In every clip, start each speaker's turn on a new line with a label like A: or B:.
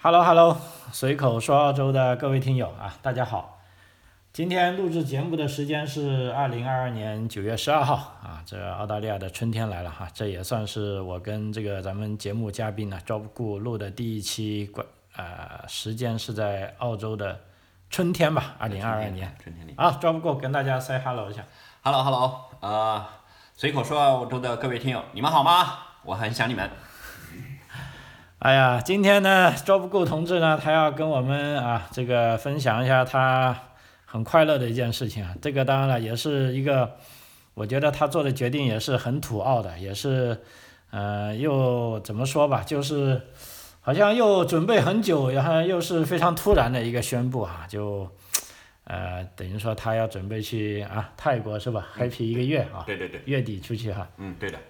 A: Hello Hello，随口说澳洲的各位听友啊，大家好。今天录制节目的时间是二零二二年九月十二号啊，这澳大利亚的春天来了哈、这也算是我跟这个咱们节目嘉宾呢照顾录的第一期关呃时间是在澳洲的春天吧，二零二二年
B: 春天里。
A: 啊，照顾跟大家 say hello 一下。
B: Hello Hello，呃，随口说澳洲的各位听友，你们好吗？我很想你们。
A: 哎呀，今天呢，Job Go 同志呢，他要跟我们啊，这个分享一下他很快乐的一件事情啊。这个当然了，也是一个，我觉得他做的决定也是很土澳的，也是，呃，又怎么说吧，就是好像又准备很久，然后又是非常突然的一个宣布啊，就，呃，等于说他要准备去啊泰国是吧？happy 一个月啊，
B: 对对对，
A: 月底出去哈、
B: 嗯，对的，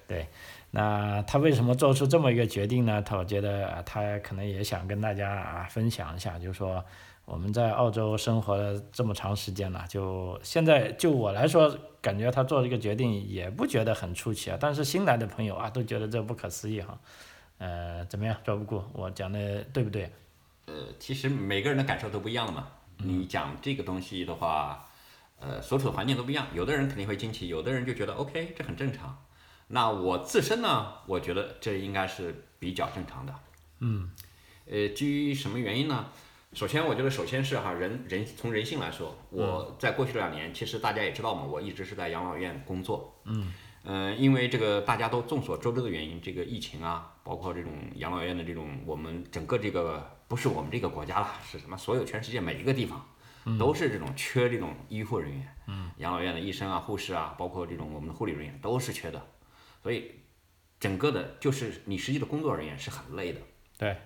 A: 那他为什么做出这么一个决定呢？他我觉得啊他可能也想跟大家啊分享一下，就是说我们在澳洲生活了这么长时间了，就现在就我来说，感觉他做这个决定也不觉得很出奇啊，但是新来的朋友啊都觉得这不可思议哈。呃，怎么样，抓不顾我讲的对不对？
B: 呃，其实每个人的感受都不一样的嘛。
A: 嗯
B: 你讲这个东西的话，呃，所处的环境都不一样，有的人肯定会惊奇，有的人就觉得 OK，这很正常。那我自身呢，我觉得这应该是比较正常的。嗯。呃，基于什么原因呢？首先，我觉得首先是哈人人从人性来说，
A: 嗯
B: 我在过去的两年，其实大家也知道嘛，我一直是在养老院工作。嗯，因为这个大家都众所周知的原因，这个疫情啊，包括这种养老院的这种，我们整个这个不是我们这个国家了，是什么？所有全世界每一个地方
A: 嗯
B: 都是这种缺这种医护人员，嗯，养老院的医生啊、护士啊，包括这种我们的护理人员都是缺的，所以整个的就是你实际的工作人员是很累的。
A: 对，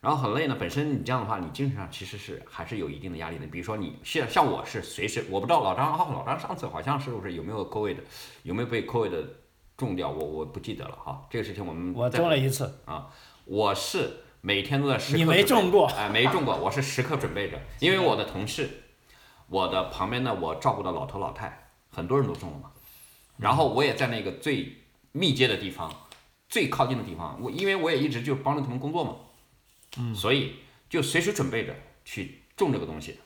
B: 然后很累呢，本身你这样的话，你精神上其实是还是有一定的压力的。比如说你现像我是随时，我不知道老张哦，老张上次好像是不是有没有 COVID，的有没有被 COVID 的中掉，我我不记得了哈。这个事情我们
A: 我
B: 再
A: 中了一次，
B: 啊，我是每天都在时刻
A: 你没
B: 准备
A: 中过
B: 哎、没中过，我是时刻准备着，因为我的同事，我的旁边的我照顾的老头老太，很多人都中了嘛，然后我也在那个最密接的地方，最靠近的地方，我因为我也一直就帮着他们工作嘛，嗯，所以就随时准备着去中这个东西。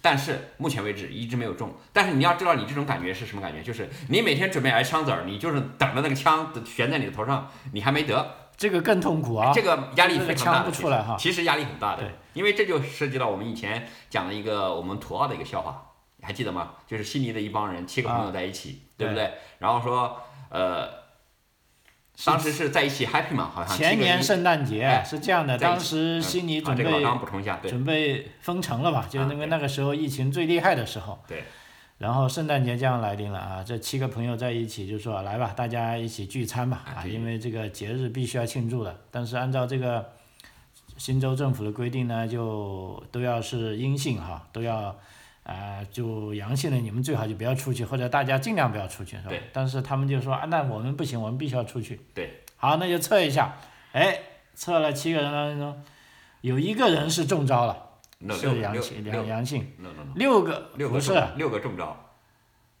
B: 但是目前为止一直没有中，但是你要知道你这种感觉是什么感觉，就是你每天准备挨枪子儿，你就是等着那个枪悬在你的头上，你还没得，
A: 这个更痛苦啊。
B: 哎这个压力
A: 这个
B: 非常大
A: 呛
B: 的，
A: 不出来哈
B: 其实压力很大的
A: 对，
B: 因为这就涉及到我们以前讲的一个我们土澳的一个笑话，你还记得吗？就是悉尼的一帮人，七个朋
A: 啊
B: 友在一起，对不对？然后说，呃，当时是在一起 happy 嘛，好像七
A: 前
B: 啊个
A: 年
B: 人
A: 圣诞节
B: 哎
A: 是这样的，
B: 在一起
A: 当时悉尼
B: 啊
A: 准
B: 这个老
A: 备
B: 张补充一下，对
A: 准备封城了吧，就是
B: 啊
A: 因为
B: 对
A: 那个时候疫情最厉害的时候。
B: 对
A: 然后圣诞节这样来临了啊，这七个朋友在一起就说来吧，大家一起聚餐吧
B: 啊
A: 啊，
B: 对
A: 因为这个节日必须要庆祝的。但是按照这个新州政府的规定呢，就都要是阴性哈，都要啊、就阳性的你们最好就不要出去，或者大家尽量不要出去是吧
B: 对？
A: 但是他们就说啊，那我们不行，我们必须要出去。
B: 对，
A: 好，那就测一下，哎，测了七个人当中，有一个人是中招了，
B: 那六
A: 是
B: 个
A: 阳
B: 六
A: 性，
B: 六
A: 阳阳性，
B: no no no，
A: 六个
B: 六
A: 不
B: 个
A: 是
B: 中。六个中招，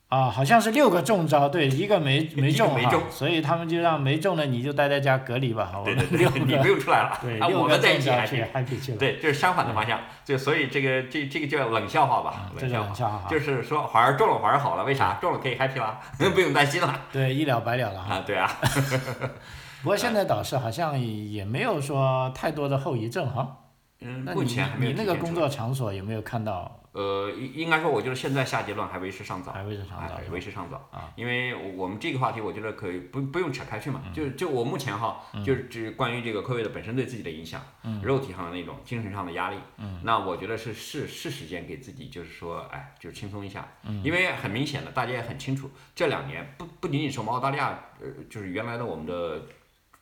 A: 啊，好像是六个中招，对，一个没没
B: 一个
A: 中
B: 没
A: 哈
B: 中
A: 所以他们就让没中的你就待在家隔离吧，好，我
B: 对
A: 们
B: 对
A: 六
B: 对，你不
A: 个，
B: 用出来了，
A: 对，
B: 啊，
A: 六
B: 我
A: 个
B: 们在
A: 中
B: 一起
A: 招
B: happy，
A: 去 happy 去了，
B: 对，这是相反的方向，就所以这个这这个叫冷笑话吧，
A: 啊这
B: 冷
A: 是
B: 笑
A: 很
B: 话。
A: 笑哈，
B: 啊就是说反而中了反而好了，为啥？中了可以 happy 啦，不用担心了
A: 对，一了百了了哈。
B: 啊，对啊，
A: 不过现在导师好像也没有说太多的后遗症哈。
B: 嗯，
A: 那
B: 目
A: 你
B: 前还没有
A: 你那个
B: 体现
A: 工
B: 出来，
A: 作场所有没有看到
B: 呃，应应该说，我觉得现在下结论还为时尚早，
A: 还未正常
B: 哎
A: 的？
B: 为时尚早
A: 啊，嗯
B: 因为我们这个话题，我觉得可以不不用扯开去嘛，就就我目前哈，就是只关于这个 COVID 的本身对自己的影响，
A: 嗯
B: 肉体上的那种精神上的压力，那我觉得是是是时间给自己就是说，哎，就是轻松一下，
A: 嗯
B: 因为很明显的，大家也很清楚，这两年不不仅仅是我们澳大利亚，呃，就是原来的我们的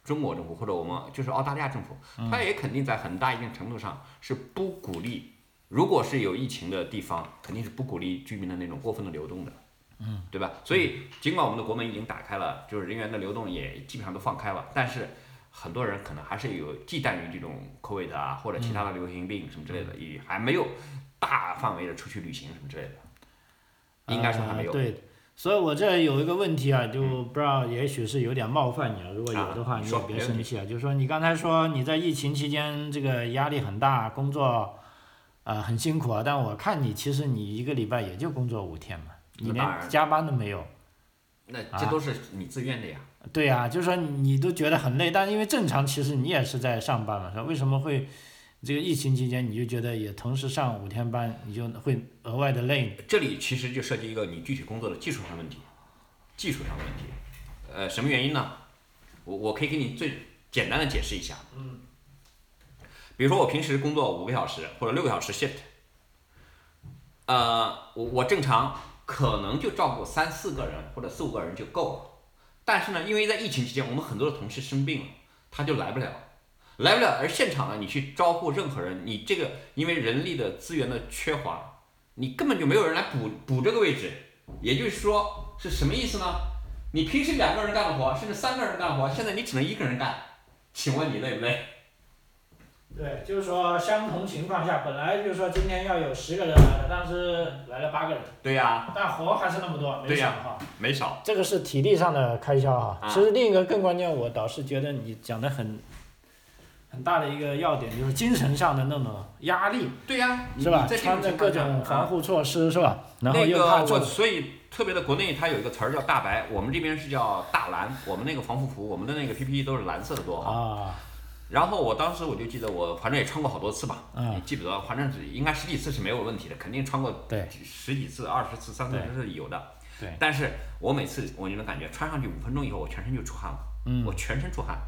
B: 中国政府或者我们就是澳大利亚政府，
A: 嗯
B: 它也肯定在很大一定程度上是不鼓励，如果是有疫情的地方，肯定是不鼓励居民的那种过分的流动的。嗯，对吧？所以尽管我们的国门已经打开了，就是人员的流动也基本上都放开了，但是很多人可能还是有忌惮于这种 COVID 啊或者其他的流行病什么之类的，也还没有大范围的出去旅行什么之类的，应该说还没有。
A: 呃对，所以我这有一个问题啊，就不知道，也许是有点冒犯你啊，如果有的话，
B: 啊
A: 你也
B: 说
A: 别
B: 没问
A: 生
B: 题
A: 气啊。就是说，你刚才说你在疫情期间这个压力很大，工作呃很辛苦啊，但我看你其实你一个礼拜也就工作五天嘛，你
B: 那当
A: 连
B: 然
A: 加班都没有。
B: 那这都是你自愿的呀。
A: 对呀、就是说你都觉得很累，但因为正常其实你也是在上班嘛，是吧？为什么会这个疫情期间你就觉得也同时上五天班，你就会额外的累呢？
B: 这里其实就涉及一个你具体工作的技术上问题，技术上问题，呃，什么原因呢？我我可以给你最简单的解释一下。嗯。比如说我平时工作五个小时或者六个小时 shift，呃，我我正常可能就照顾三四个人或者四五个人就够了，但是呢，因为在疫情期间，我们很多的同事生病了，他就来不了。来不了，而现场呢，你去招呼任何人，你这个因为人力的资源的缺乏，你根本就没有人来补补这个位置，也就是说是什么意思呢？你平时两个人干的活，甚至三个人干的活，现在你只能一个人干，请问你累不累？
A: 对，就是说相同情况下，本来就是说今天要有十个人来的，但是来了八个人，
B: 对呀、
A: 但活还是那么多，
B: 对呀
A: 哈。
B: 没少。
A: 这个是体力上的开销哈、
B: 啊
A: 其实另一个更关键，我倒是觉得你讲的很很大的一个要点就是精神上的那种压力。
B: 对呀、你
A: 是吧？
B: 你在这
A: 穿
B: 种
A: 着各
B: 情况下
A: 种防
B: 啊
A: 护措施是吧？然后又怕
B: 那个
A: 中
B: 我，所以特别的国内它有一个词儿叫大白，我们这边是叫大蓝，我们那个防护服，我们的那个 PPE 都是蓝色的多哈。
A: 啊，
B: 然后我当时我就记得我反正也穿过好多次吧，
A: 嗯
B: 也记不得，反正应该十几次是没有问题的，肯定穿过
A: 对
B: 十几次、二十次、三四十次有的。
A: 对
B: 但是我每次我就能感觉穿上去五分钟以后，我全身就出汗了，
A: 嗯
B: 我全身出汗。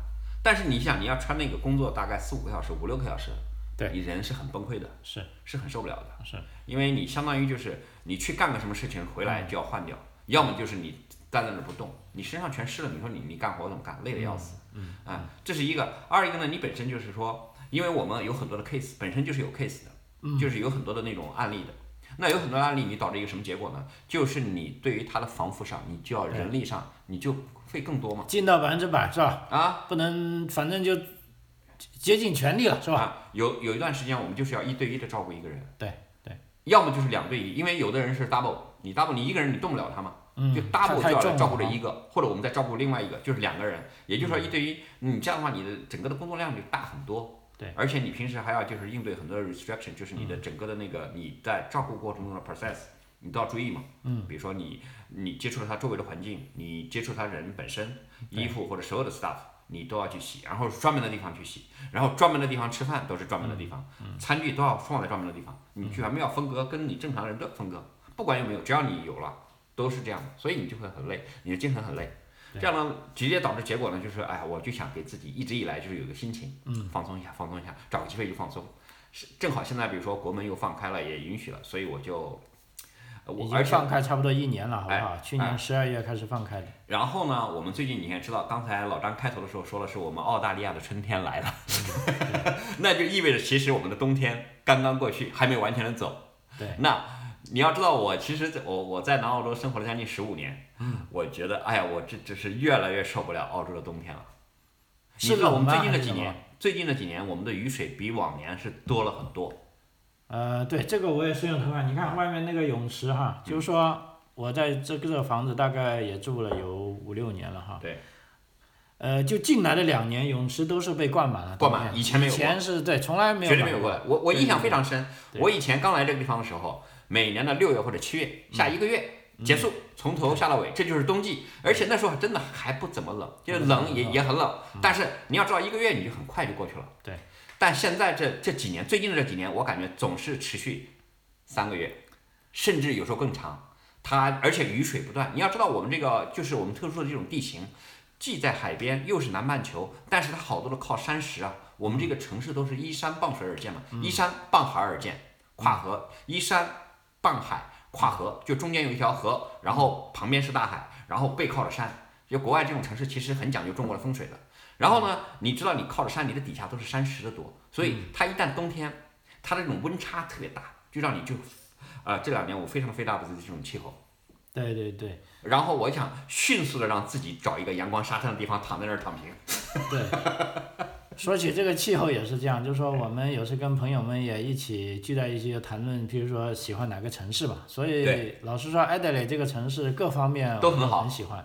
B: 但是你想，你要穿那个工作大概四五个小时、五六个小时，
A: 对
B: 你人是很崩溃的，
A: 是
B: 是很受不了的，
A: 是，
B: 因为你相当于就是你去干个什么事情回
A: 嗯
B: 来就要换掉，要么就是你站在那儿不动，你身上全湿了，你说你你干活怎么干，累得要死，嗯，啊，这是一个，二一个呢，你本身就是说，因为我们有很多的 case，本身就是有 case 的，
A: 嗯
B: 就是有很多的那种案例的。那有很多案例，你导致一个什么结果呢？就是你对于它的防护上，你就要人力上，你就会更多嘛。
A: 尽到百分之百是吧？
B: 啊，
A: 不能，反正就竭尽全力了是吧？
B: 啊，有有一段时间我们就是要一对一的照顾一个人。
A: 对对。
B: 要么就是两对一，因为有的人是 double，你 double 你一个人你动不了他嘛，
A: 嗯
B: 就，
A: 太
B: double 就
A: 太
B: 要
A: 重
B: 来
A: 了
B: 照顾这
A: 啊
B: 一个，或者我们再照顾另外一个，就是两个人，也就是说
A: 嗯
B: 一对一，你这样的话你的整个的工作量就大很多。
A: 对嗯
B: 而且你平时还要就是应对很多的 restriction，就是你的整个的那个你在照顾过程中的 process，你都要注意嘛。
A: 嗯。
B: 比如说你你接触了他周围的环境，你接触他人本身，
A: 对
B: 衣服或者所有的 stuff，你都要去洗，然后专门的地方去洗，然后专门的地方吃饭都是专门的地方，
A: 嗯
B: 餐具都要放在专门的地方，你去还没有分割，跟你正常人的分割，不管有没有，只要你有了，都是这样的，所以你就会很累，你的精神很累。
A: 对
B: 这样呢，直接导致结果呢，就是哎呀，我就想给自己一直以来就是有一个心情，嗯，放松一下，放松一下，找个机会就放松。是正好现在，比如说国门又放开了，也允许了，所以我就，呃
A: 已
B: 我而
A: 经
B: 且
A: 放开差不多一年了，好不好？
B: 哎
A: 去年
B: 哎
A: 十二月开始放开的，
B: 然后呢，我们最近你也知道，刚才老张开头的时候说了，是我们澳大利亚的春天来了，
A: 嗯
B: 那就意味着其实我们的冬天刚刚过去，还没完全的走。
A: 对，
B: 那你要知道，我其实在我我在南澳洲生活了将近十五年，嗯，我觉得，哎呀，我这这是越来越受不了澳洲的冬天了。你
A: 是
B: 知道我
A: 冷
B: 们最
A: 吗？
B: 近
A: 还
B: 的
A: 是
B: 几
A: 什么
B: 年？，最近的几年，我们的雨水比往年是多了很多。
A: 呃，对，这个我也深有同感。你看外面那个泳池哈，就是说我在这个房子大概也住了有五六年了哈。
B: 对。
A: 呃，就进来的两年，泳池都是被灌满了。
B: 灌满
A: 冬天
B: 以前没有
A: 以前是对，从来没有
B: 绝对
A: 满
B: 没有
A: 过
B: 过来。我我印象非常深，
A: 对
B: 我以前刚来这个地方的时候，每年的六月或者七月下一个月。结束，从头下到尾，这就是冬季，而且那时候真的还不怎么冷，就是冷也
A: 嗯
B: 也很冷，但是你要知道，一个月你就很快就过去了。
A: 对。
B: 但现在这这几年，最近的这几年，我感觉总是持续三个月，甚至有时候更长。它而且雨水不断，你要知道我们这个就是我们特殊的这种地形，既在海边又是南半球，但是它好多的靠山石啊。我们这个城市都是依山傍水而建嘛，依山傍海而建，跨河；依山傍海跨河，就中间有一条河，然后旁边是大海，然后背靠着山。就国外这种城市其实很讲究中国的风水的。然后呢，你知道你靠着山，你的底下都是山石的多，所
A: 嗯
B: 以它一旦冬天，它的这种温差特别大，就让你就，呃，这两年我非常 fed up 的这种气候。
A: 对对对
B: 然后我 想迅速的让自己找一个阳光沙滩的地方躺在那儿躺平，
A: 对，说起这个气候也是这样，就是说我们有时跟朋友们也一起聚在一起谈论，比如说喜欢哪个城市吧。所以
B: 对
A: 老实说，艾德雷这个城市各方面
B: 都很好
A: 我很喜欢。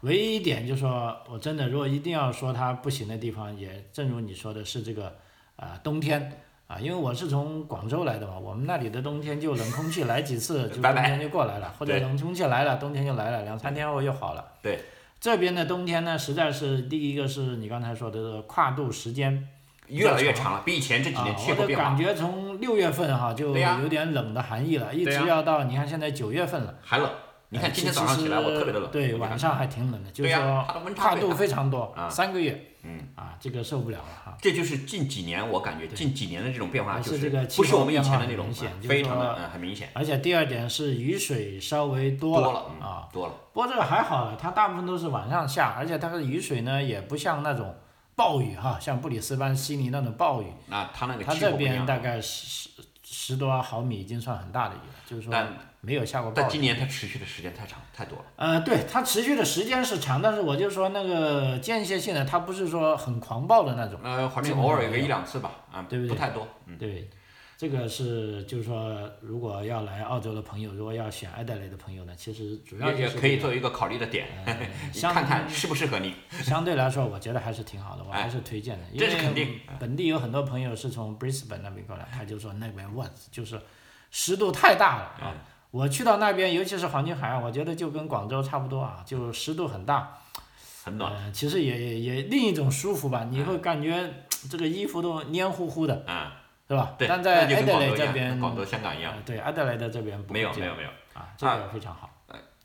A: 唯一一点就是说，我真的如果一定要说它不行的地方，也正如你说的是这个啊、冬天啊，因为我是从广州来的嘛，我们那里的冬天就冷空气来几次，就
B: 拜
A: 冬
B: 拜
A: 天就过来了，或者
B: 对
A: 冷空气来了，冬天就来了，两三天后又好了。
B: 对，
A: 这边的冬天呢，实在是第一个是你刚才说的这个跨度时间
B: 越来越长了，比以前这几
A: 啊
B: 年，气
A: 我
B: 候
A: 的
B: 变
A: 感
B: 化
A: 觉从六月份哈、就
B: 对呀
A: 有点冷的寒意了，一直
B: 对呀
A: 要到你看现在九月份了。
B: 还冷。你看
A: 哎
B: 今天
A: 其
B: 早上起来
A: 其
B: 我
A: 实
B: 特别的冷，
A: 对，
B: 我就
A: 晚
B: 看
A: 上还挺冷的，就是
B: 对呀
A: 说
B: 它的温差
A: 跨
B: 非
A: 度
B: 常
A: 非常多，
B: 啊
A: 三个月，
B: 嗯
A: 啊，这个受不了了哈。
B: 这就是近几年我感觉近几年的这种变化，
A: 还
B: 就是
A: 这个气
B: 不是
A: 候
B: 我们以
A: 变化
B: 前的
A: 很
B: 那种
A: 明显，
B: 非
A: 就是
B: 常的
A: 说
B: 嗯很明显
A: 而且第二点是雨水稍微多
B: 多
A: 了
B: 了嗯
A: 啊，
B: 多了，
A: 不过这个还好了，它大部分都是晚上下，而且它的雨水呢也不像那种暴雨哈，像布里斯班、悉尼那种暴雨，
B: 那它那个
A: 它
B: 气候
A: 这
B: 不一
A: 边
B: 样。
A: 大概十十十多毫米已经算很大的雨了，就是说
B: 但
A: 没有下过
B: 但
A: 暴雨。
B: 今年它持续的时间太长太多了，
A: 呃，对，它持续的时间是长，但是我就说那个间歇性的，它不是说很狂暴的那种，
B: 呃，环
A: 基
B: 境
A: 本
B: 偶尔
A: 上
B: 有
A: 没
B: 个一
A: 有
B: 两次吧，啊，
A: 对不
B: 不
A: 对
B: 太多，嗯，
A: 对。这个是，就是说，如果要来澳洲的朋友，如果要选爱德雷的朋友呢，其实主要
B: 也
A: 就
B: 也
A: 是
B: 可以
A: 这个嗯呃
B: 作为一个考虑的点，你
A: 相
B: 看看适不适合你。
A: 相对来说，我觉得还是挺好的，我
B: 哎
A: 还是推荐的，因
B: 这是肯
A: 为
B: 定
A: 本地有很多朋友是从 Brisbane 那边过来，他就说那边 w 就是湿度太大了
B: 嗯
A: 啊。我去到那边，尤其是黄金海岸，我觉得就跟广州差不多啊，就湿度很大，
B: 很暖，
A: 呃，其实也也也另一种舒服吧，你会感觉这个衣服都黏糊糊的，
B: 嗯，
A: 是吧？
B: 对，
A: 但
B: 那
A: 在埃
B: 就跟
A: 德
B: 广
A: 雷
B: 州一
A: 这
B: 样，
A: 边
B: 跟，广州、香港一样，
A: 呃对，埃德雷的这边不会
B: 没有
A: 这
B: 没
A: 样
B: 有没有，
A: 啊，这个非常好，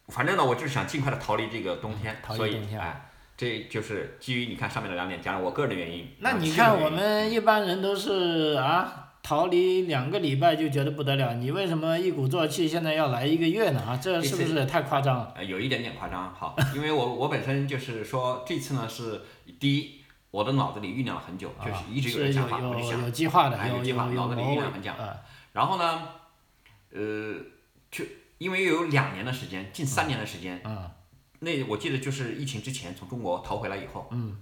B: 反正呢，我就是想尽快的逃离这个冬天，
A: 嗯逃离
B: 所以
A: 冬天
B: 哎，这就是基于你看上面的两点，加上我个人的原因。
A: 那
B: 然后
A: 你
B: 气候的
A: 看，
B: 原
A: 我
B: 因
A: 们一般人都是啊，逃离两个礼拜就觉得不得了，你为什么一鼓作气现在要来一个月呢？啊，这是不是太夸张了？
B: 呃，有一点点夸张，好，因为我我本身就是说，这次呢是第一，我的脑子里酝酿了很久，就是
A: 啊
B: 一直有
A: 是
B: 这
A: 有
B: 想法，我
A: 有
B: 就想，
A: 有计划的，
B: 哎
A: 有
B: 有计划
A: 有
B: 脑子里
A: 谋
B: 酝酿很久
A: 呃
B: 然后呢，呃，就因为有两年的时间，近三年的时间，
A: 嗯，
B: 那我记得就是疫情之前从中国逃回来以后，嗯，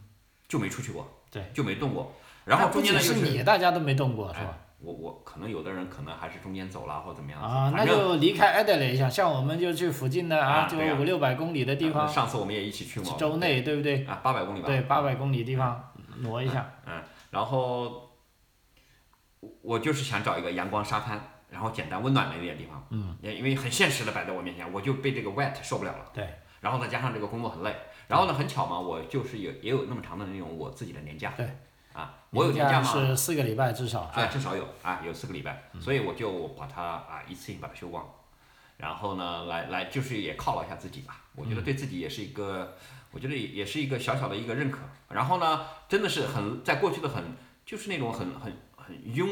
B: 就没出去过，
A: 对，
B: 就没动过，然后
A: 那不
B: 中间
A: 仅
B: 呢哎又
A: 是你，大家都没动过是吧？
B: 我我可能有的人可能还是中间走了或怎么样
A: 啊，那
B: 反正
A: 就离开埃德雷一下，像我们就去附近的啊，
B: 啊
A: 就
B: 对啊
A: 五六百公里的地方，
B: 呃上次我们也一起去过，
A: 州内对不对？
B: 啊，八百公里吧，
A: 对，八百公里地方挪一下，
B: 然后我我就是想找一个阳光沙滩，然后简单温暖的一点地方。嗯，也因为很现实的摆在我面前，我就被这个 wet 受不了了。
A: 对
B: 然后再加上这个工作很累，然后呢，很巧嘛，我就是有也有那么长的那种我自己的年假。
A: 对，
B: 啊，我有
A: 人
B: 年
A: 家
B: 假吗？
A: 是四个礼拜至少，
B: 啊，至少有啊，有四个礼拜，所以我就把它啊一次性把它修光，然后呢，来来就是也犒劳一下自己吧，我觉得对自己也是一个，我觉得也是一个小小的一个认可。然后呢，真的是很在过去的很就是那种很很很庸，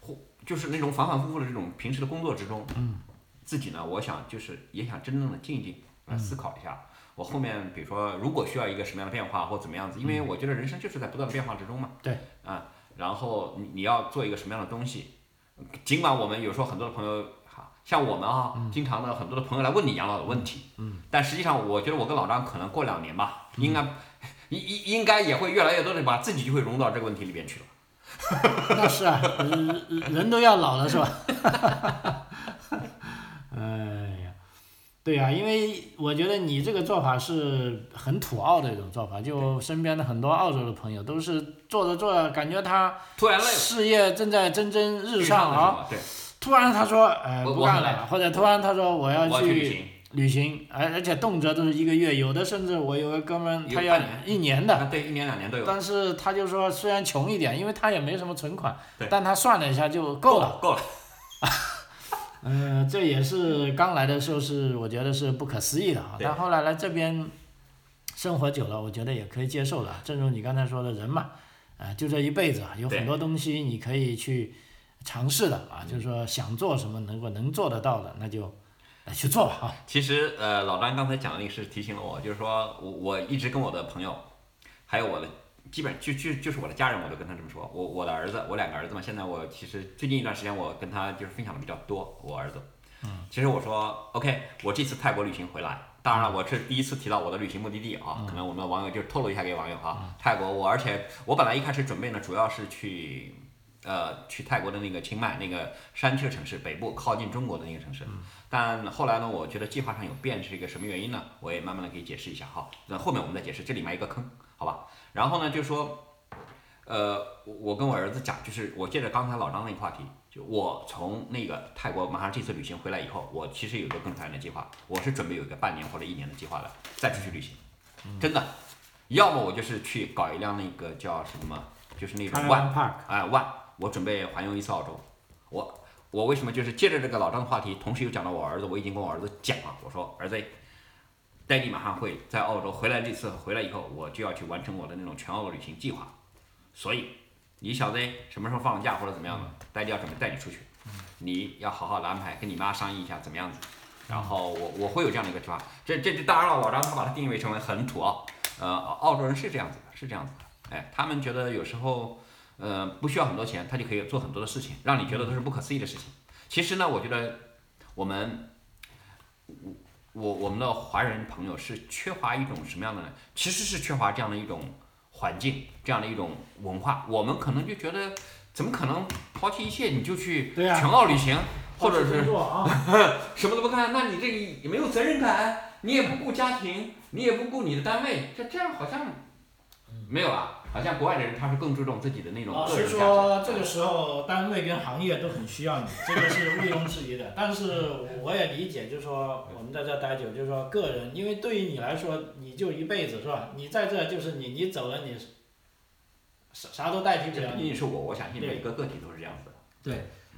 B: 或就是那种反反复复的这种平时的工作之中，嗯，自己呢，我想就是也想真正的静一静，来思考一下。我后面比如说，如果需要一个什么样的变化或怎么样子，因为我觉得人生就是在不断的变化之中嘛。
A: 对。
B: 啊，然后你你要做一个什么样的东西？尽管我们有时候很多的朋友，哈，像我们啊，
A: 嗯
B: 经常呢很多的朋友来问你养老的问题，嗯，但实际上我觉得我跟老张可能过两年吧，
A: 嗯
B: 应该 应应应该也会越来越多的把自己就会融入到这个问题里边去了。
A: 那是啊，人人都要老了是吧？ 哎呀，对呀、因为我觉得你这个做法是很土澳的一种做法，就身边的很多澳洲的朋友都是做着做着，感觉他
B: 突然累了，
A: 事业正在蒸蒸日上
B: 的
A: 啊，
B: 时候，对，
A: 突然他说，呃，
B: 我
A: 不
B: 我
A: 干
B: 很累
A: 了，或者突然他说我要
B: 我要去旅
A: 去
B: 行，
A: 旅行，哎而而且动辄都是一个月，有的甚至我有个哥们儿
B: 有
A: 他要
B: 半年
A: 一年的。
B: 啊，对，一年两年都有，
A: 但是他就说，虽然穷一点，因为他也没什么存款
B: 对，
A: 但他算了一下就够了。
B: 了， 够了，
A: 嗯、这也是刚来的时候是我觉得是不可思议的啊，
B: 对
A: 但后来来这边生活久了，我觉得也可以接受了。正如你刚才说的，人嘛，啊、就这一辈子啊，有
B: 对嗯
A: 很多东西你可以去尝试的啊，就是说想做什么能够能做得到的，那就呃去做吧啊。
B: 其实呃，老张刚才讲的那个是提醒了我，就是说我我一直跟我的朋友，还有我的基本就就就是我的家人，我都跟他这么说。我我的儿子，我两个儿子嘛，现在我其实最近一段时间我跟他就是分享的比较多，我儿子。嗯，其实我说 OK，我这次泰国旅行回来，当然了，我是第一次提到我的旅行目的地啊，可能我们的网友就透露一下给网友啊，泰国我，而且我本来一开始准备呢，主要是去。呃，去泰国的那个清迈那个山区的城市，北部靠近中国的那个城市。但后来呢，我觉得计划上有变，是一个什么原因呢？我也慢慢的给解释一下哈。那后面我们再解释，这里埋一个坑，好吧？然后呢，就说，呃，我跟我儿子讲，就是我借着刚才老张那个话题，就我从那个泰国马上这次旅行回来以后，我其实有一个更长远的计划，我是准备有一个半年或者一年的计划的，再出去旅行，真的。要么我就是去搞一辆那个叫什么，就是那种
A: Caravan
B: 万
A: Park
B: 哎万，我准备环游一次澳洲。我我为什么就是借着这个老张的话题，同时又讲到我儿子，我已经跟我儿子讲了，我说儿子，daddy 马上会在澳洲回来，这次回来以后，我就要去完成我的那种全澳旅行计划，所以你小子什么时候放假或者怎么样的，daddy 要准备带你出去，你要好好的安排，跟你妈商议一下怎么样子。然后我我会有这样的一个计划，这这这当然了，老张他把它定位成为很土澳，呃，澳洲人是这样子的，是这样子的，哎，他们觉得有时候，呃，不需要很多钱，他就可以做很多的事情，让你觉得都是不可思议的事情。其实呢，我觉得我们，我我我们的华人朋友是缺乏一种什么样的呢？其实是缺乏这样的一种环境，这样的一种文化。我们可能就觉得，怎么可能抛弃一切你就去
A: 对啊
B: 全澳旅行，或者
A: 好
B: 是
A: 去工作啊，
B: 什么都不干，那你这也没有责任感，你也不顾家庭，你也不顾你的单位，这这样好像没有啊，好像国外的人他是更注重自己的那种
A: 老
B: 个
A: 实
B: 人价值。啊
A: 说，这个时候单位跟行业都很需要你，这个是毋庸置疑的。但是我也理解，就是说我们在这待久，就是说个人，因为对于你来说，你就一辈子是吧？你在这就是你，你走了你啥啥都代替不
B: 这
A: 了
B: 不
A: 你。
B: 仅仅是我，我相信每个个体都是这样子的，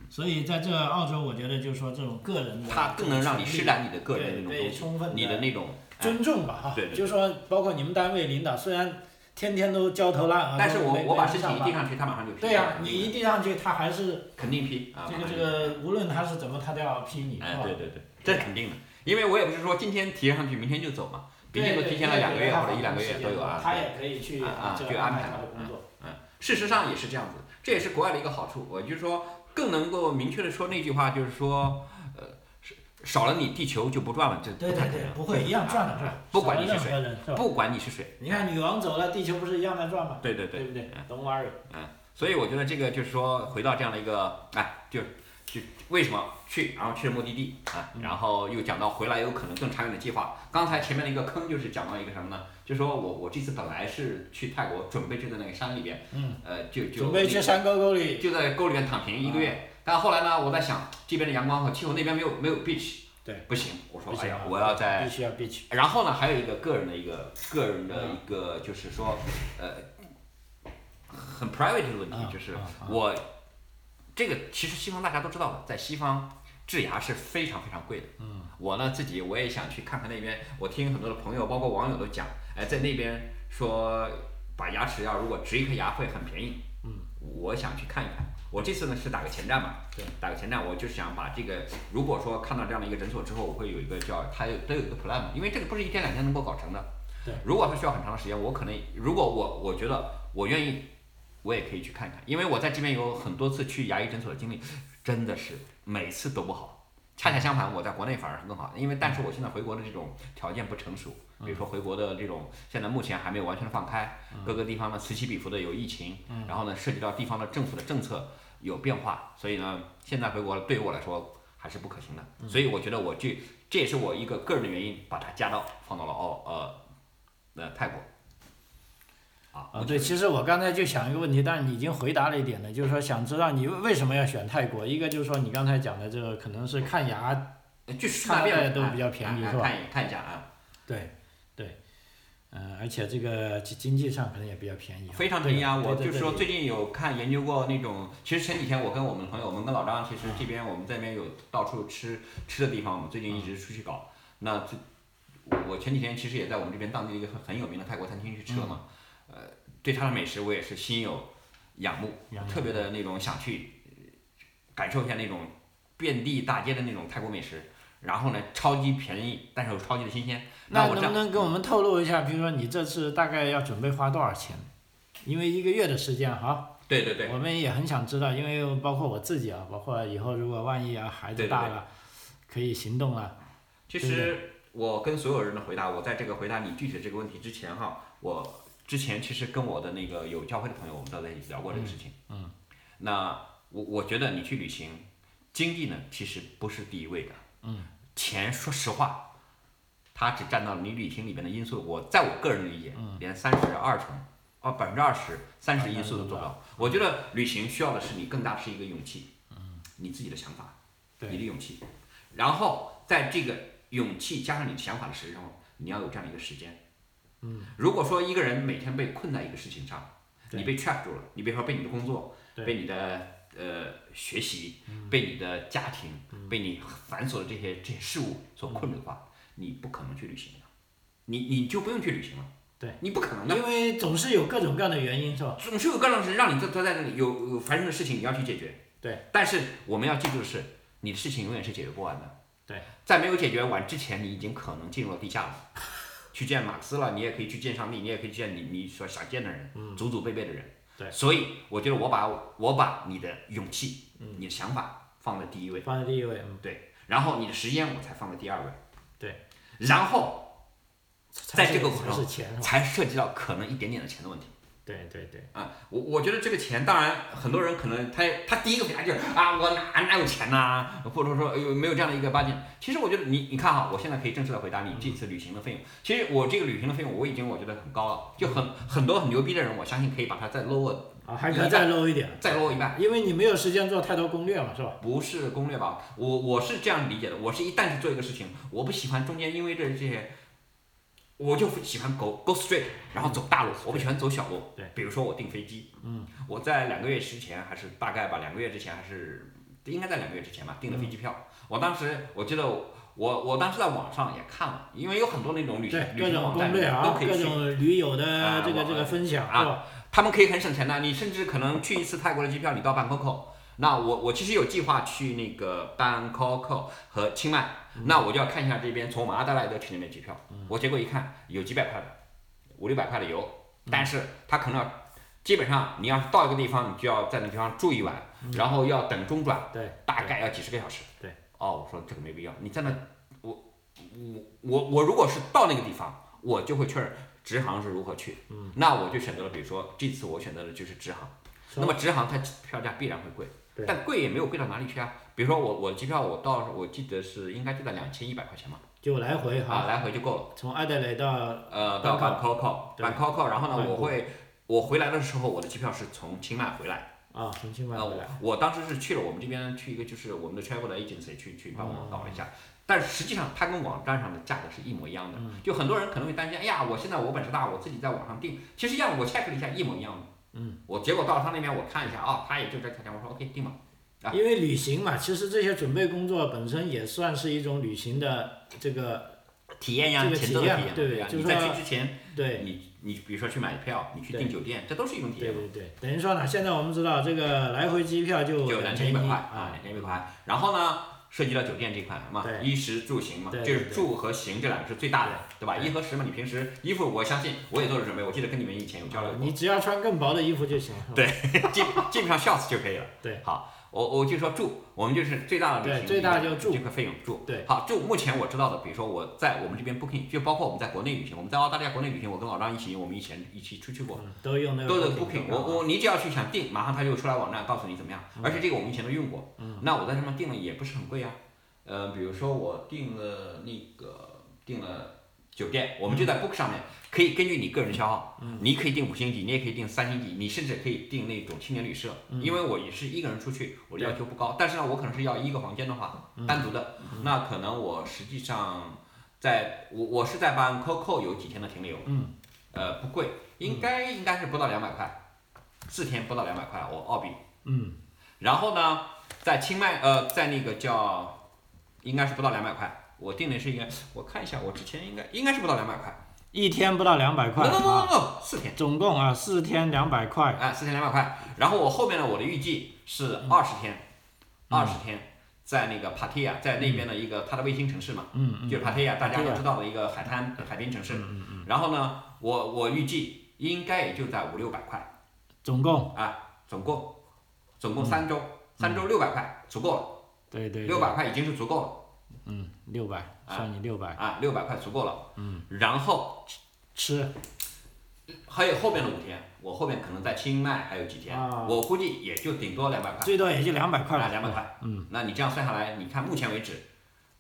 A: 所以在这澳洲，我觉得就是说这种个人的，
B: 它更能让你施展你的个
A: 对
B: 人的那种
A: 对
B: 东西，
A: 充分
B: 你的那种。哎
A: 尊重吧哈，
B: 对对对
A: 就是说包括你们单位领导，虽然天天都焦头烂额，
B: 但是我
A: 没
B: 我把
A: 没人
B: 申
A: 上
B: 请一
A: 班
B: 递上去，他马上就批。
A: 对呀、你一递上去，他还是
B: 肯定批啊！
A: 这
B: 马
A: 个这
B: 上就
A: 个，无论他是怎么，他都要批你，是
B: 哎，
A: 吧？
B: 对对对，这肯定的，因为我也不是说今天提上去，明天就走嘛，毕
A: 对
B: 竟都
A: 对
B: 提前了
A: 对
B: 两个
A: 对
B: 月
A: 他
B: 或者
A: 反
B: 一
A: 正
B: 两个
A: 时
B: 月
A: 间
B: 都有
A: 嘛
B: 啊。
A: 他也可以去
B: 啊啊
A: 这
B: 去
A: 个
B: 安
A: 安
B: 排
A: 他的
B: 嗯
A: 工作。
B: 嗯，事实上也是这样子，这也是国外的一个好处。我就说，更能够明确的说那句话，就是说，呃，是少了你，地球就不转了，这
A: 对
B: 不太
A: 对
B: 可
A: 对
B: 能，。啊
A: 不会一样转的是吧？
B: 不管你是
A: 少了
B: 谁，
A: 任何人是吧？
B: 不管你是谁，
A: 你看女王走了，地球不是一样在转吗？
B: 对对
A: 对
B: 对，
A: 不对
B: 嗯
A: ？Don't worry。
B: 所以我觉得这个就是说，回到这样的一个，哎，就就为什么去，然后去了目的地啊，
A: 嗯
B: 然后又讲到回来有可能更长远的计划。刚才前面的一个坑就是讲到一个什么呢？就说我我这次本来是去泰国，准备就在那个山里边，
A: 嗯，
B: 呃，就就
A: 准备去
B: 那
A: 山沟沟里，
B: 就在沟里面躺平一个月。
A: 啊
B: 但后来呢，我在想这边的阳光和气候，那边没有没有 beach，
A: 对，
B: 不行，我说
A: 不
B: 哎
A: 行啊
B: 呀
A: 啊，
B: 我要在。
A: 必须要必须。
B: 然后呢，还有一个个人的一个个人的一个就是说，呃，很 private 的问题
A: 啊，
B: 就是
A: 啊啊
B: 我这个其实西方大家都知道的，在西方治牙是非常非常贵的。嗯，我呢自己我也想去看看那边，我听很多的朋友包括网友都讲，哎，在那边说把牙齿要如果植一颗牙会很便宜。嗯，我想去看一看。我这次呢是打个前站嘛，
A: 对，
B: 打个前站，我就想把这个，如果说看到这样的一个诊所之后，我会有一个叫它有都有一个 plan 嘛，因为这个不是一天两天能够搞成的。
A: 对，
B: 如果它需要很长的时间，我可能如果我我觉得我愿意我也可以去看一看，因为我在这边有很多次去牙医诊所的经历，真的是每次都不好。恰恰相反，我在国内反而是更好，因为但是我现在回国的这种条件不成熟，比如说回国的这种现在目前还没有完全的放开，各个地方呢此起彼伏的有疫情，然后呢涉及到地方的政府的政策有变化，所以呢现在回国对于我来说还是不可行的，所以我觉得我去，这也是我一个个人的原因，把它加到放到了澳呃呃泰国，啊
A: 啊，对，其实我刚才就想一个问题，但你已经回答了一点了，就是说想知道你为什么要选泰国，一个就是说你刚才讲的这个可能是看牙
B: 就顺
A: 看
B: 便
A: 待都比较便宜
B: 啊啊
A: 是吧
B: 看一看一下啊，
A: 对，对，嗯、而且这个经经济上可能也比较便宜啊，
B: 非常便宜啊！
A: 对
B: 我
A: 对
B: 就
A: 对
B: 说
A: 对
B: 最近有看研究过那种，其实前几天我跟我们的朋友，我们跟老张，其实这边我们这边有到处吃吃的地方，我们最近一直出去搞。
A: 嗯
B: 那最我前几天其实也在我们这边当地一个很很有名的泰国餐厅去吃了嘛，
A: 嗯
B: 呃，对它的美食我也是心有仰慕，
A: 仰慕
B: 特别的那种想去呃感受一下那种遍地大街的那种泰国美食。然后呢，超级便宜，但是又超级的新鲜。
A: 那能
B: 我这
A: 不
B: 样
A: 能给我们透露一下，比如说你这次大概要准备花多少钱？因为一个月的时间哈，
B: 对对对，
A: 我们也很想知道，因为包括我自己啊，包括以后如果万一啊孩子
B: 对对
A: 大
B: 对
A: 了，可以行动了。
B: 其实我跟所有人的回答，我在这个回答你具体的这个问题之前哈，我之前其实跟我的那个有教会的朋友，我们都在一起聊过这个事情。嗯。那我我觉得你去旅行，经济呢其实不是第一位的。嗯。钱，说实话，它只占到了你旅行里面的因素。我在我个人理解，连三十二成，哦百分之二十、三十因素都做不到。我觉得旅行需要的是你更大是一个勇气，嗯，你自己的想法，
A: 对
B: 你的勇气，然后在这个勇气加上你的想法的时候，你要有这样一个时间。嗯，如果说一个人每天被困在一个事情上，
A: 对
B: 你被 trap 住了，你比如说被你的工作，
A: 对嗯
B: 被你的呃学习，被你的家庭，被你繁琐的这些这些事物所困住
A: 嗯
B: 的话，你不可能去旅行的，你你就不用去旅行了。
A: 对，
B: 你不可能的，
A: 因为总是有各种各样的原因，是吧？
B: 总是有各种事让你在在这里有有烦人的事情你要去解决。
A: 对，
B: 但是我们要记住的是，你的事情永远是解决不完的。
A: 对，
B: 在没有解决完之前，你已经可能进入了地下了， 去见马克思了，你也可以去见上帝，你也可以去见你你所想见的人，祖祖辈辈的人。
A: 嗯对
B: 所以我觉得我把我把你的勇气、
A: 嗯
B: 你的想法放在第一位，
A: 放在第一位，嗯，
B: 对，然后你的时间我才放在第二位，
A: 对，
B: 然后在这个
A: 才是
B: 过程
A: 才是钱，是吧？
B: 才涉及到可能一点点的钱的问题。
A: 对对对，
B: 啊，我我觉得这个钱，当然很多人可能他他第一个回答就是啊，我哪哪有钱呐、或者说有没有这样的一个八戒。其实我觉得你你看哈，我现在可以正式的回答你这次旅行的费用。其实我这个旅行的费用我已经我觉得很高了，就很很多很牛逼的人，我相信可以把它再 lower
A: 啊，还可以再 low 一点，
B: 呃再 lower 一半。
A: 因为你没有时间做太多攻略嘛，是吧？
B: 不是攻略吧？我我是这样理解的，我是一旦去做一个事情，我不喜欢中间因为这这些，我就喜欢 go go straight，然后走大路，我不喜欢走小路。
A: 嗯对，
B: 比如说我订飞机，嗯，我在两个月之前还是大概吧，两个月之前还是应该在两个月之前吧订的飞机
A: 嗯
B: 票。我当时我记得我我当时在网上也看了，因为有很多那种旅行
A: 对，
B: 旅
A: 各
B: 行
A: 种
B: 网
A: 攻
B: 站
A: 略
B: 都
A: 啊，
B: 可以
A: 各
B: 去
A: 种驴友
B: 啊
A: 的这个
B: 我
A: 这个分享，
B: 啊
A: 是吧？
B: 他们可以很省钱的。你甚至可能去一次泰国的机票，你到 Bangkok，那我我其实有计划去那个 Bangkok 和清迈，那我就要看一下这边从马阿德莱德去那边机票。我结果一看，有几百块的，五六百块的油，但是他可能要。基本上你要是到一个地方，你就要在那地方住一晚，然后要等中转，
A: 对，
B: 大概要几十个小时。
A: 对。
B: 哦，我说这个没必要。你在那，我我我我如果是到那个地方，我就会确认直航是如何去。嗯。那我就选择了，比如说这次我选择的就是直航。
A: 是
B: 那么直航它票价必然会贵
A: 对，
B: 但贵也没有贵到哪里去啊。比如说我我机票我到我记得是应该就在两千一百块钱嘛，
A: 就来回
B: 啊
A: 哈，
B: 来回就够了。
A: 从阿德莱到
B: 呃，到 b a n c o k
A: 对
B: b a n c o k 然后呢，
A: 曼谷
B: 我会我回来的时候，我的机票是从清迈回来。
A: 啊重庆
B: 啊，
A: 湾回
B: 我
A: 来，
B: 我当时是去了我们这边去一个就是我们的 travel agency 去去帮我搞了一下，但实际上它跟网站上的价格是一模一样的，就很多人可能会担心，哎呀，我现在我本事大，我自己在网上订，其实一样，我 check 了一下一模一样的，嗯，我结果到了他那边我看一下啊，他也就这价钱，我说 OK 定吧，啊
A: 因为旅行嘛，其实这些准备工作本身也算是一种旅行的这个
B: 体验呀，
A: 这个
B: 前
A: 体
B: 奏的
A: 验
B: 体验，
A: 对
B: 呀，
A: 就是
B: 你在
A: 说
B: 去之前，
A: 对。
B: 你你比如说去买票，你去订
A: 对
B: 酒店，这都是一种体验
A: 对。对对，等于说呢，现在我们知道这个来回机票就
B: 就两
A: 千
B: 千一
A: 一
B: 百块啊
A: 啊，，
B: 两千一百块。然后呢，涉及到酒店这块嘛，
A: 对
B: 衣食住行嘛，
A: 对
B: 就是
A: 对对
B: 住和行这两个是最大的，对吧？
A: 对
B: 衣和食嘛，你平时衣服我相信我也做了准备，我记得跟你们以前有交流过，
A: 啊你只要穿更薄的衣服就行了。是吧
B: 对基基本上 shorts 就可以了。
A: 对，
B: 好，我我就说住，我们就是最大的旅行
A: 对最大就住
B: 这块费用住。
A: 对，
B: 好住，目前我知道的，比如说我在我们这边 booking，就包括我们在国内旅行，我们在澳大利亚国内旅行，我跟老张一起，我们以前一起出去过，
A: 嗯都用那个
B: 都有
A: Booking
B: booking，我
A: 啊
B: 我你只要去想订，马上它就出来网站告诉你怎么样。
A: 嗯
B: 而且这个我们以前都用过，那我在上面订了也不是很贵啊。呃，比如说我订了那个订了酒店，我们就
A: 嗯
B: 在 book 上面可以根据你个人消耗，你可以订五星级，你也可以订三星级，你甚至可以订那种青年旅社。
A: 嗯
B: 因为我也是一个人出去，我的要求不高，但是呢，我可能是要一个房间的话，
A: 嗯
B: 单独的，那可能我实际上在我我是在 Bangkok 有几天的停留，
A: 嗯，
B: 呃，不贵，应该应该是不到两百块，四天不到两百块，我澳币。
A: 嗯，
B: 然后呢，在清迈呃，在那个叫，应该是不到两百块，我订的是应该，我看一下，我之前应该应该是不到两百块
A: 一天不到两百块
B: ，no no no
A: 啊，
B: no no，四天，
A: 总共啊四天两百块，
B: 哎，四天两百块。然后我后面呢，我的预计是
A: 嗯
B: 二十天，二十天。在那个帕提亚，在那边的一个它的卫星城市嘛，
A: 嗯嗯，
B: 就是帕提亚，大家
A: Pattaya
B: 都知道的一个海滩海滨城市。
A: 嗯
B: 然后呢，我我预计应该也就在五六百块。
A: 总共
B: 总共总共三周，三周六百块足够了，
A: 嗯对对
B: 六百块已经是足够了。
A: 嗯，六百，
B: 啊
A: 算你六百，
B: 啊，六百块足够了。嗯，然后
A: 吃
B: 啊还有后面的五天，我后面可能在清迈还有几天，
A: 啊
B: 我估计也就顶多两百块，
A: 最多也就两百块
B: 啊，
A: 了，
B: 两百块。嗯，那你这样算下来，你看目前为止，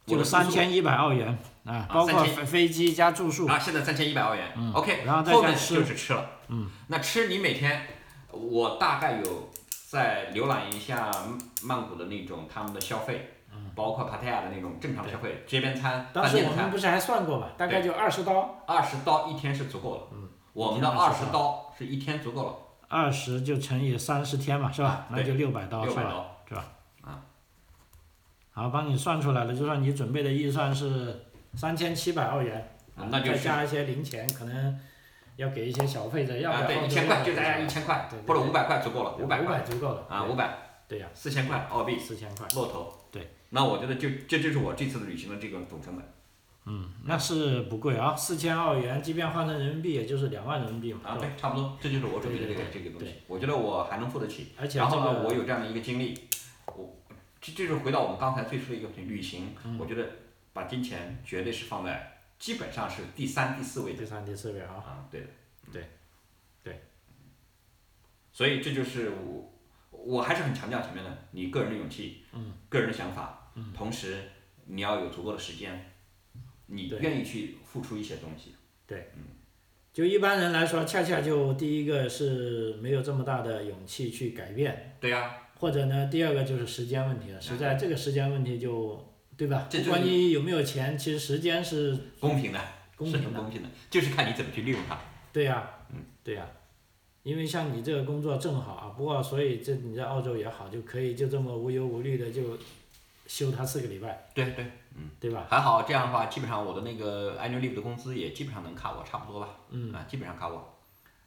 B: 我
A: 就
B: 的住宿
A: 三千一百澳元啊
B: 啊，
A: 包括
B: 3100
A: 飞飞机加住宿，
B: 啊，现在三千一百澳元、o k
A: 然后再
B: 后
A: 加
B: 面
A: 吃
B: 就是吃了，嗯，那吃你每天，我大概有在浏览一下曼谷的那种他们的消费，嗯，包括帕泰亚的那种正常消费，街边餐、
A: 当
B: 饭
A: 时
B: 店
A: 我们
B: 餐，
A: 不是还算过嘛，大概就二十刀，
B: 二十刀一天是足够了，嗯，我们的
A: 一天
B: 二
A: 的
B: 十刀是一天足够了，
A: 二十就乘以三十天嘛，是吧
B: 啊？
A: 那就六百刀
B: 六
A: 是
B: 百
A: 吧？
B: 刀，啊
A: 好，帮你算出来了，就算你准备的预算是三千七百澳元，啊
B: 那就
A: 再
B: 是
A: 加一些零钱，可能要给一些小费的，要
B: 啊，
A: 不
B: 对，
A: 然
B: 一千块就大家
A: 大
B: 一千块
A: 对对，
B: 或者
A: 对
B: 五百块足够了，五
A: 五
B: 百块，
A: 块足够了
B: 啊，，五百，
A: 对呀，
B: 四千块澳币，
A: 四千块，
B: 骆驼，
A: 对，
B: 那我觉得就这就是我这次的旅行的这个总成本。
A: 嗯，那是不贵啊，四千澳元，即便换成人民币也就是两万人民币嘛，
B: 啊，
A: 是吧？
B: 对，差不多，这就是我准备的这个这
A: 对
B: 个东
A: 对
B: 西。我觉得我还能付得起，
A: 而且
B: 然
A: 这
B: 后呢，我
A: 个
B: 有这样的一个经历，我这这就是回到我们刚才最初的一个问题，旅行，
A: 嗯
B: 我觉得把金钱绝对是放在基本上是第三、第四位的
A: 第三、第四位啊，
B: 啊，对的，
A: 对，对，
B: 所以这就是我，我还是很强调前面的，你个人的勇气，嗯，个人的想法，嗯，同时你要有足够的时间，你
A: 对
B: 愿意去付出一些东西，
A: 就一般人来说，恰恰就第一个是没有这么大的勇气去改变，
B: 对呀、
A: 或者呢，第二个就是时间问题了，实在这个时间问题就。对吧？
B: 啊这
A: 不
B: 就是
A: 管你有没有钱，其实时间是
B: 公平的。
A: 公
B: 是
A: 平
B: 很
A: 的。
B: 公平的，就是看你怎么去利用它。
A: 对呀、
B: 嗯
A: 对呀、因为像你这个工作正好啊，不过所以这你在澳洲也好，就可以就这么无忧无虑的就休它四个礼拜，
B: 对对，
A: 对吧？
B: 还好这样的话，基本上我的那个 annual leave 的工资也基本上能卡我差不多吧。
A: 嗯
B: 啊，基本上卡我。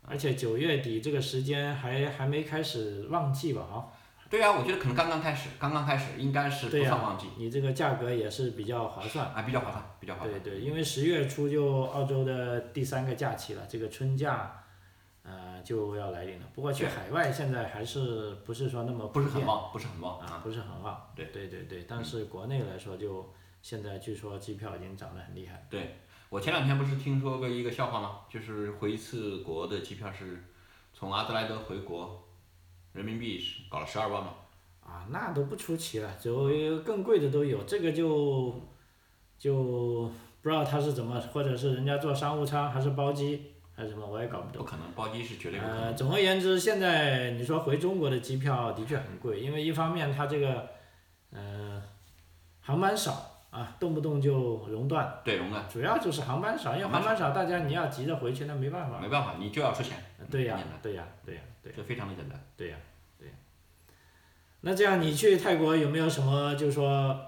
A: 而且九月底这个时间还还没开始旺季吧？啊，
B: 对啊，我觉得可能刚刚开始，刚刚开始应该是
A: 对
B: 不
A: 呀、
B: 算旺季，
A: 你这个价格也是比较划算。
B: 啊，比较划算，比较划算。
A: 对对，因为十月初就澳洲的第三个假期了，这个春假，呃，就要来临了。不过去
B: 对
A: 海外现在还是不是说那么
B: 不是
A: 普
B: 很
A: 遍
B: 旺，不是很旺
A: 啊，。不是很旺。
B: 对嗯
A: 对对对，但是国内来说就，现在据说机票已经涨得很厉害。
B: 我前两天不是听说过一个笑话吗？就是回一次国的机票是从阿德莱德回国，人民币是搞了十二万嘛。
A: 啊，那都不出奇了，就更贵的都有，这个就就不知道他是怎么，或者是人家坐商务舱还是包机还是什么，我也搞不懂。
B: 不可能，包机是绝对不可能。
A: 呃，总而言之，现在你说回中国的机票的确很贵，因为一方面它这个，呃，航班少啊，动不动就熔断，
B: 对，容的，
A: 主要就是航班少，因为
B: 嗯航班
A: 航班少，大家你要急着回去，那没办法。
B: 没办法，你就要出钱。
A: 啊呃对呀
B: 很简单，
A: 对呀，对呀，对呀，
B: 这非常的简单。
A: 对呀，对呀。那这样你去泰国有没有什么，就是说，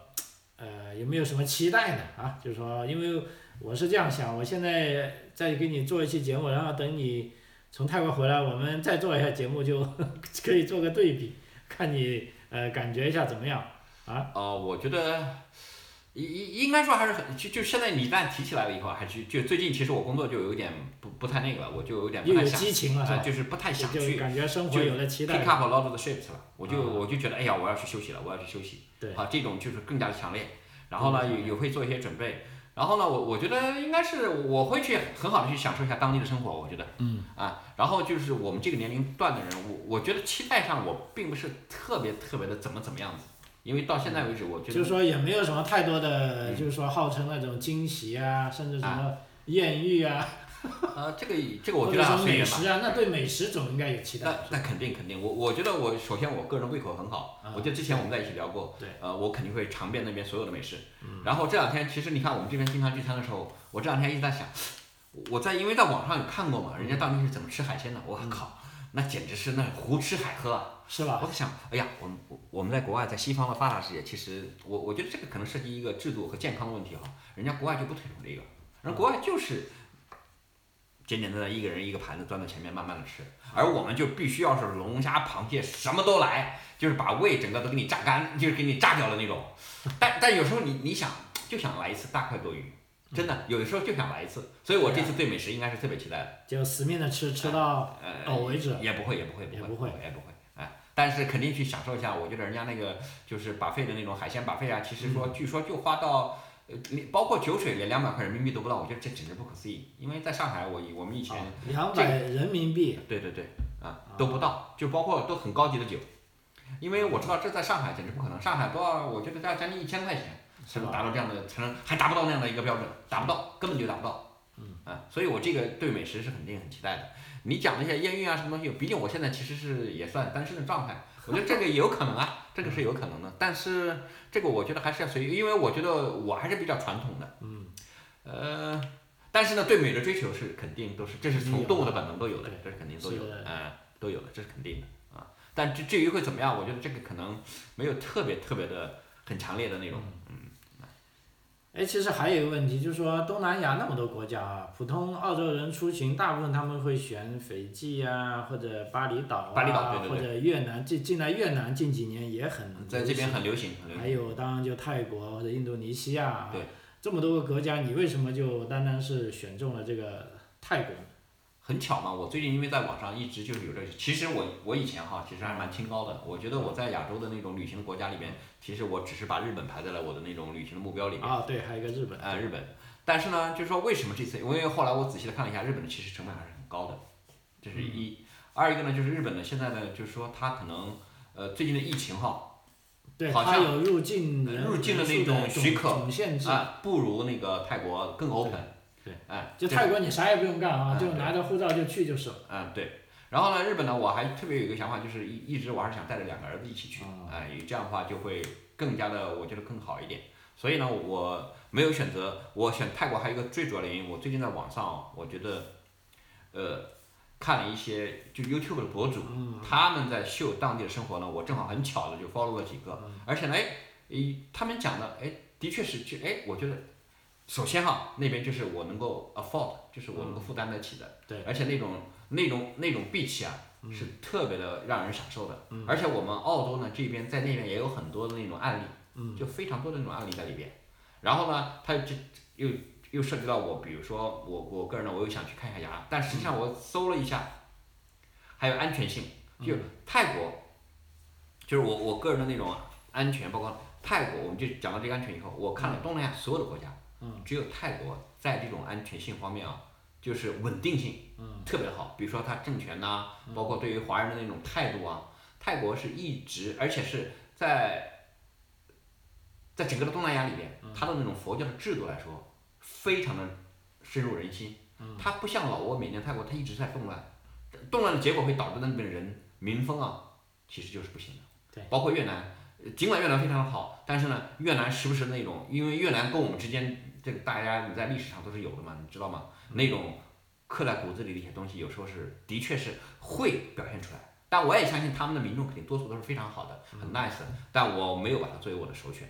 A: 呃，有没有什么期待呢？啊，就是说，因为我是这样想，我现在再给你做一期节目，然后等你从泰国回来，我们再做一下节目就， 可以做个对比，看你呃感觉一下怎么样。
B: 哦，我觉得应应应该说还是很就就现在你一旦提起来了以后，还是就最近其实我工作就有一点不不太那个了，我就有点不
A: 又
B: 太
A: 有
B: 想
A: 激情了是
B: 啊、
A: 吧？
B: 就是不太想
A: 就
B: 去
A: 感觉生活有了期待。
B: pick up a lot of the ships 了，我就、
A: 啊
B: 我就觉得哎呀，我要去休息了，我要去休息，
A: 对
B: 啊，这种就是更加的强烈。然后呢，
A: 嗯
B: 也也会做一些准备。然后呢，我我觉得应该是我会去很好的去享受一下当地的生活，我觉得，嗯啊，然后就是我们这个年龄段的人，我我觉得期待上我并不是特别特别的怎么怎么样子，因为到现在为止，我觉得嗯
A: 就是说也没有什么太多的，就是说号称那种惊喜啊，甚至什么艳遇啊，
B: 呃，这个这个我
A: 或
B: 觉
A: 者
B: 得啊
A: 说
B: 随
A: 美
B: 缘吧。
A: 食啊，那对美食总应该有期待
B: 那。那肯定肯定，我我觉得我首先我个人胃口很好，
A: 啊
B: 我记得之前我们在一起聊过，
A: 对嗯
B: 呃，我肯定会尝遍那边所有的美食。然后这两天其实你看我们这边经常聚餐的时候，我这两天一直在想，我在因为在网上有看过嘛，人家当地是怎么吃海鲜的，
A: 嗯
B: 我靠，那简直是那胡吃海喝啊！
A: 是吧？
B: 我在想，哎呀，我们我我们在国外，在西方的发达世界，其实我我觉得这个可能涉及一个制度和健康的问题哈、人家国外就不推崇这个，人家国外就是简简单单一个人一个盘子端在前面慢慢的吃，而我们就必须要是龙虾、螃蟹什么都来，就是把胃整个都给你榨干，就是给你榨掉的那种。但但有时候你你想就想来一次大快朵颐，真的有的时候就想来一次，所以我这次对美食应该是特别期待的。
A: 就死命的吃，吃到
B: 呃，
A: 哦为止。
B: 也不会，也不会，
A: 也不
B: 不
A: 会
B: 也不会，哎，但是肯定去享受一下。我觉得人家那个就是把费的那种海鲜把费啊，其实说据说就花到呃，连包括酒水连两百块人民币都不到，我觉得这简直不可思议。因为在上海，我以我们以前
A: 两百人民币，
B: 对对对，啊，都不到，就包括都很高级的酒，因为我知道这在上海简直不可能，上海多少，我觉得要将近一千块钱
A: 是
B: 才能
A: 吧？
B: 达到这样的，才能还达不到那样的一个标准，达不到，根本就达不到。嗯啊，所以我这个对美食是肯定很期待的。你讲的一些艳遇啊什么东西，毕竟我现在其实是也算单身的状态，我觉得这个也有可能啊，这个是有可能的。但是这个我觉得还是要随，因为我觉得我还是比较传统的。嗯，呃，但是呢，对美的追求是肯定都是，这是
A: 肯定
B: 从
A: 有
B: 动物的本能都有的
A: 对，
B: 这是肯定都有
A: 是
B: 的，嗯，都有的，这是肯定的啊。但至至于会怎么样，我觉得这个可能没有特别特别的很强烈的那种。
A: 哎，其实还有一个问题，就是说东南亚那么多国家啊，普通澳洲人出行，大部分他们会选斐济啊，或者巴厘岛啊，
B: 巴厘岛对对对
A: 或者越南。近近来越南近几年也很
B: 在这边很流行，很流
A: 嗯还
B: 行。
A: 有当然就泰国或者印度尼西亚啊，
B: 对
A: 这么多个国家，你为什么就单单是选中了这个泰国呢？
B: 很巧嘛，我最近因为在网上一直就是有这个，其实我我以前哈，其实还蛮清高的。我觉得我在亚洲的那种旅行的国家里边，其实我只是把日本排在了我的那种旅行的目标里面。
A: 啊，对，还有一个日本，
B: 呃，日本，但是呢，就是说为什么这次？因为后来我仔细的看了一下，日本的其实成本还是很高的，这
A: 嗯
B: 是一。二一个呢，就是日本呢，现在呢，就是说它可能呃最近的疫情哈，
A: 对，
B: 好
A: 它
B: 像
A: 有入境人
B: 入境的
A: 人数
B: 那种许可
A: 总总限制，
B: 啊、不如那个泰国更 open。
A: 对，
B: 哎，
A: 就
B: 对
A: 泰国你啥也不用干啊，
B: 嗯
A: 就
B: 对
A: 拿着护照就去就是了。
B: 嗯，对。然后呢，日本呢，我还特别有一个想法，就是一一直我还是想带着两个儿子一起去，
A: 哦
B: 哎、这样的话就会更加的，我觉得更好一点。所以呢，我没有选择，我选泰国还有一个最主要的原因，我最近在网上，我觉得，呃，看了一些就 YouTube 的博主，他们在秀当地的生活呢，我正好很巧的就 follow 了几个，而且呢，哎，诶他们讲的，哎，的确是，就哎，我觉得，首先哈，那边就是我能够 afford，就是我能够负担得起的，
A: 对
B: 而且那种那种那种 beach 啊，是特别的让人享受的。而且我们澳洲呢这边在那边也有很多的那种案例，
A: 嗯
B: 就非常多的那种案例在里边。然后呢，它这又又涉及到我，比如说我我个人呢，我又想去看一下牙，但实际上我搜了一下，还有安全性，就泰国，就是我我个人的那种安全，包括泰国，我们就讲到这个安全以后，我看了东南亚所有的国家，只有泰国在这种安全性方面啊，就是稳定性。特别好，比如说他政权呐、包括对于华人的那种态度啊，泰国是一直，而且是在在整个的东南亚里边，它的那种佛教的制度来说，非常的深入人心。它不像老挝、缅甸、泰国，它一直在动乱，动乱的结果会导致那里边的人民风啊，其实就是不行的。
A: 对
B: 包括越南，呃尽管越南非常的好，但是呢，越南时不时那种，因为越南跟我们之间，这个大家你在历史上都是有的嘛，你知道吗？那种刻在骨子里的一些东西，有时候是的确是会表现出来。但我也相信他们的民众肯定多数都是非常好的，很 nice 的。但我没有把它作为我的首选。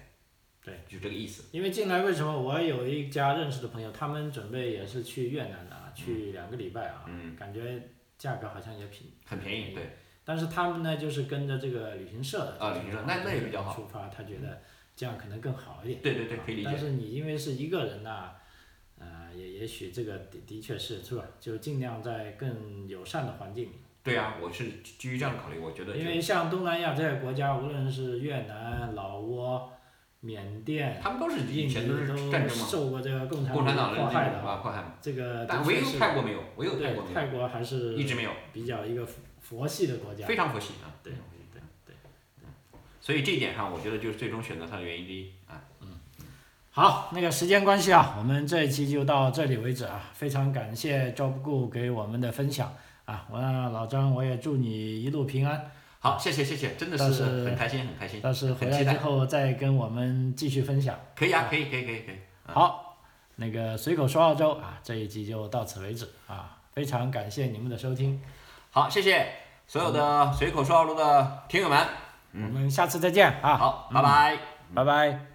A: 对，
B: 就这个意思。
A: 因为近来为什么我有一家认识的朋友，他们准备也是去越南的啊，去两个礼拜啊，
B: 嗯
A: 感觉价格好像也挺
B: 很便宜，对，
A: 但是他们呢，就是跟着这个旅行社的
B: 啊
A: 这种
B: 旅行社那那也比较好嗯
A: 出发，他觉得这样可能更好一点。啊
B: 对对对，可以理
A: 但
B: 解。
A: 是你因为是一个人呐、呃，也也许这个的的确是是吧？就尽量在更友善的环境里，
B: 对啊，我是基于这样的考虑，我觉得就
A: 因为像东南亚这些国家，无论是越南、老挝、缅甸、
B: 他们都是
A: 印
B: 以
A: 尼
B: 前都是战
A: 都
B: 争嘛，
A: 受过这个共产
B: 共产党
A: 党
B: 人
A: 迫害
B: 那
A: 的
B: 种
A: 啊，
B: 啊迫害嘛。
A: 这个
B: 但
A: 的
B: 唯
A: 确
B: 有
A: 是
B: 泰国没有，唯有泰
A: 对
B: 国没
A: 泰国还
B: 有，
A: 是
B: 一直没有，
A: 比较一个佛佛系的国家，
B: 非常佛系啊。
A: 对对对。
B: 所以这一点上，我觉得就是最终选择它的原因之一啊。
A: 好，那个时间关系啊，我们这一期就到这里为止啊。非常感谢 Job 顾给我们的分享啊，我让老张我也祝你一路平安。
B: 好，谢谢谢谢，真的
A: 但
B: 是
A: 是
B: 很开心很开心，
A: 但是回
B: 很
A: 来
B: 期
A: 之
B: 待。
A: 后再跟我们继续分享。
B: 可以啊，可以可以可以可以，
A: 好，那个随口说澳洲啊，这一集就到此为止啊。非常感谢你们的收听，
B: 好，谢谢所有的随口说澳洲的听友们，
A: 我们下次再见啊，
B: 好，拜拜。
A: 拜拜。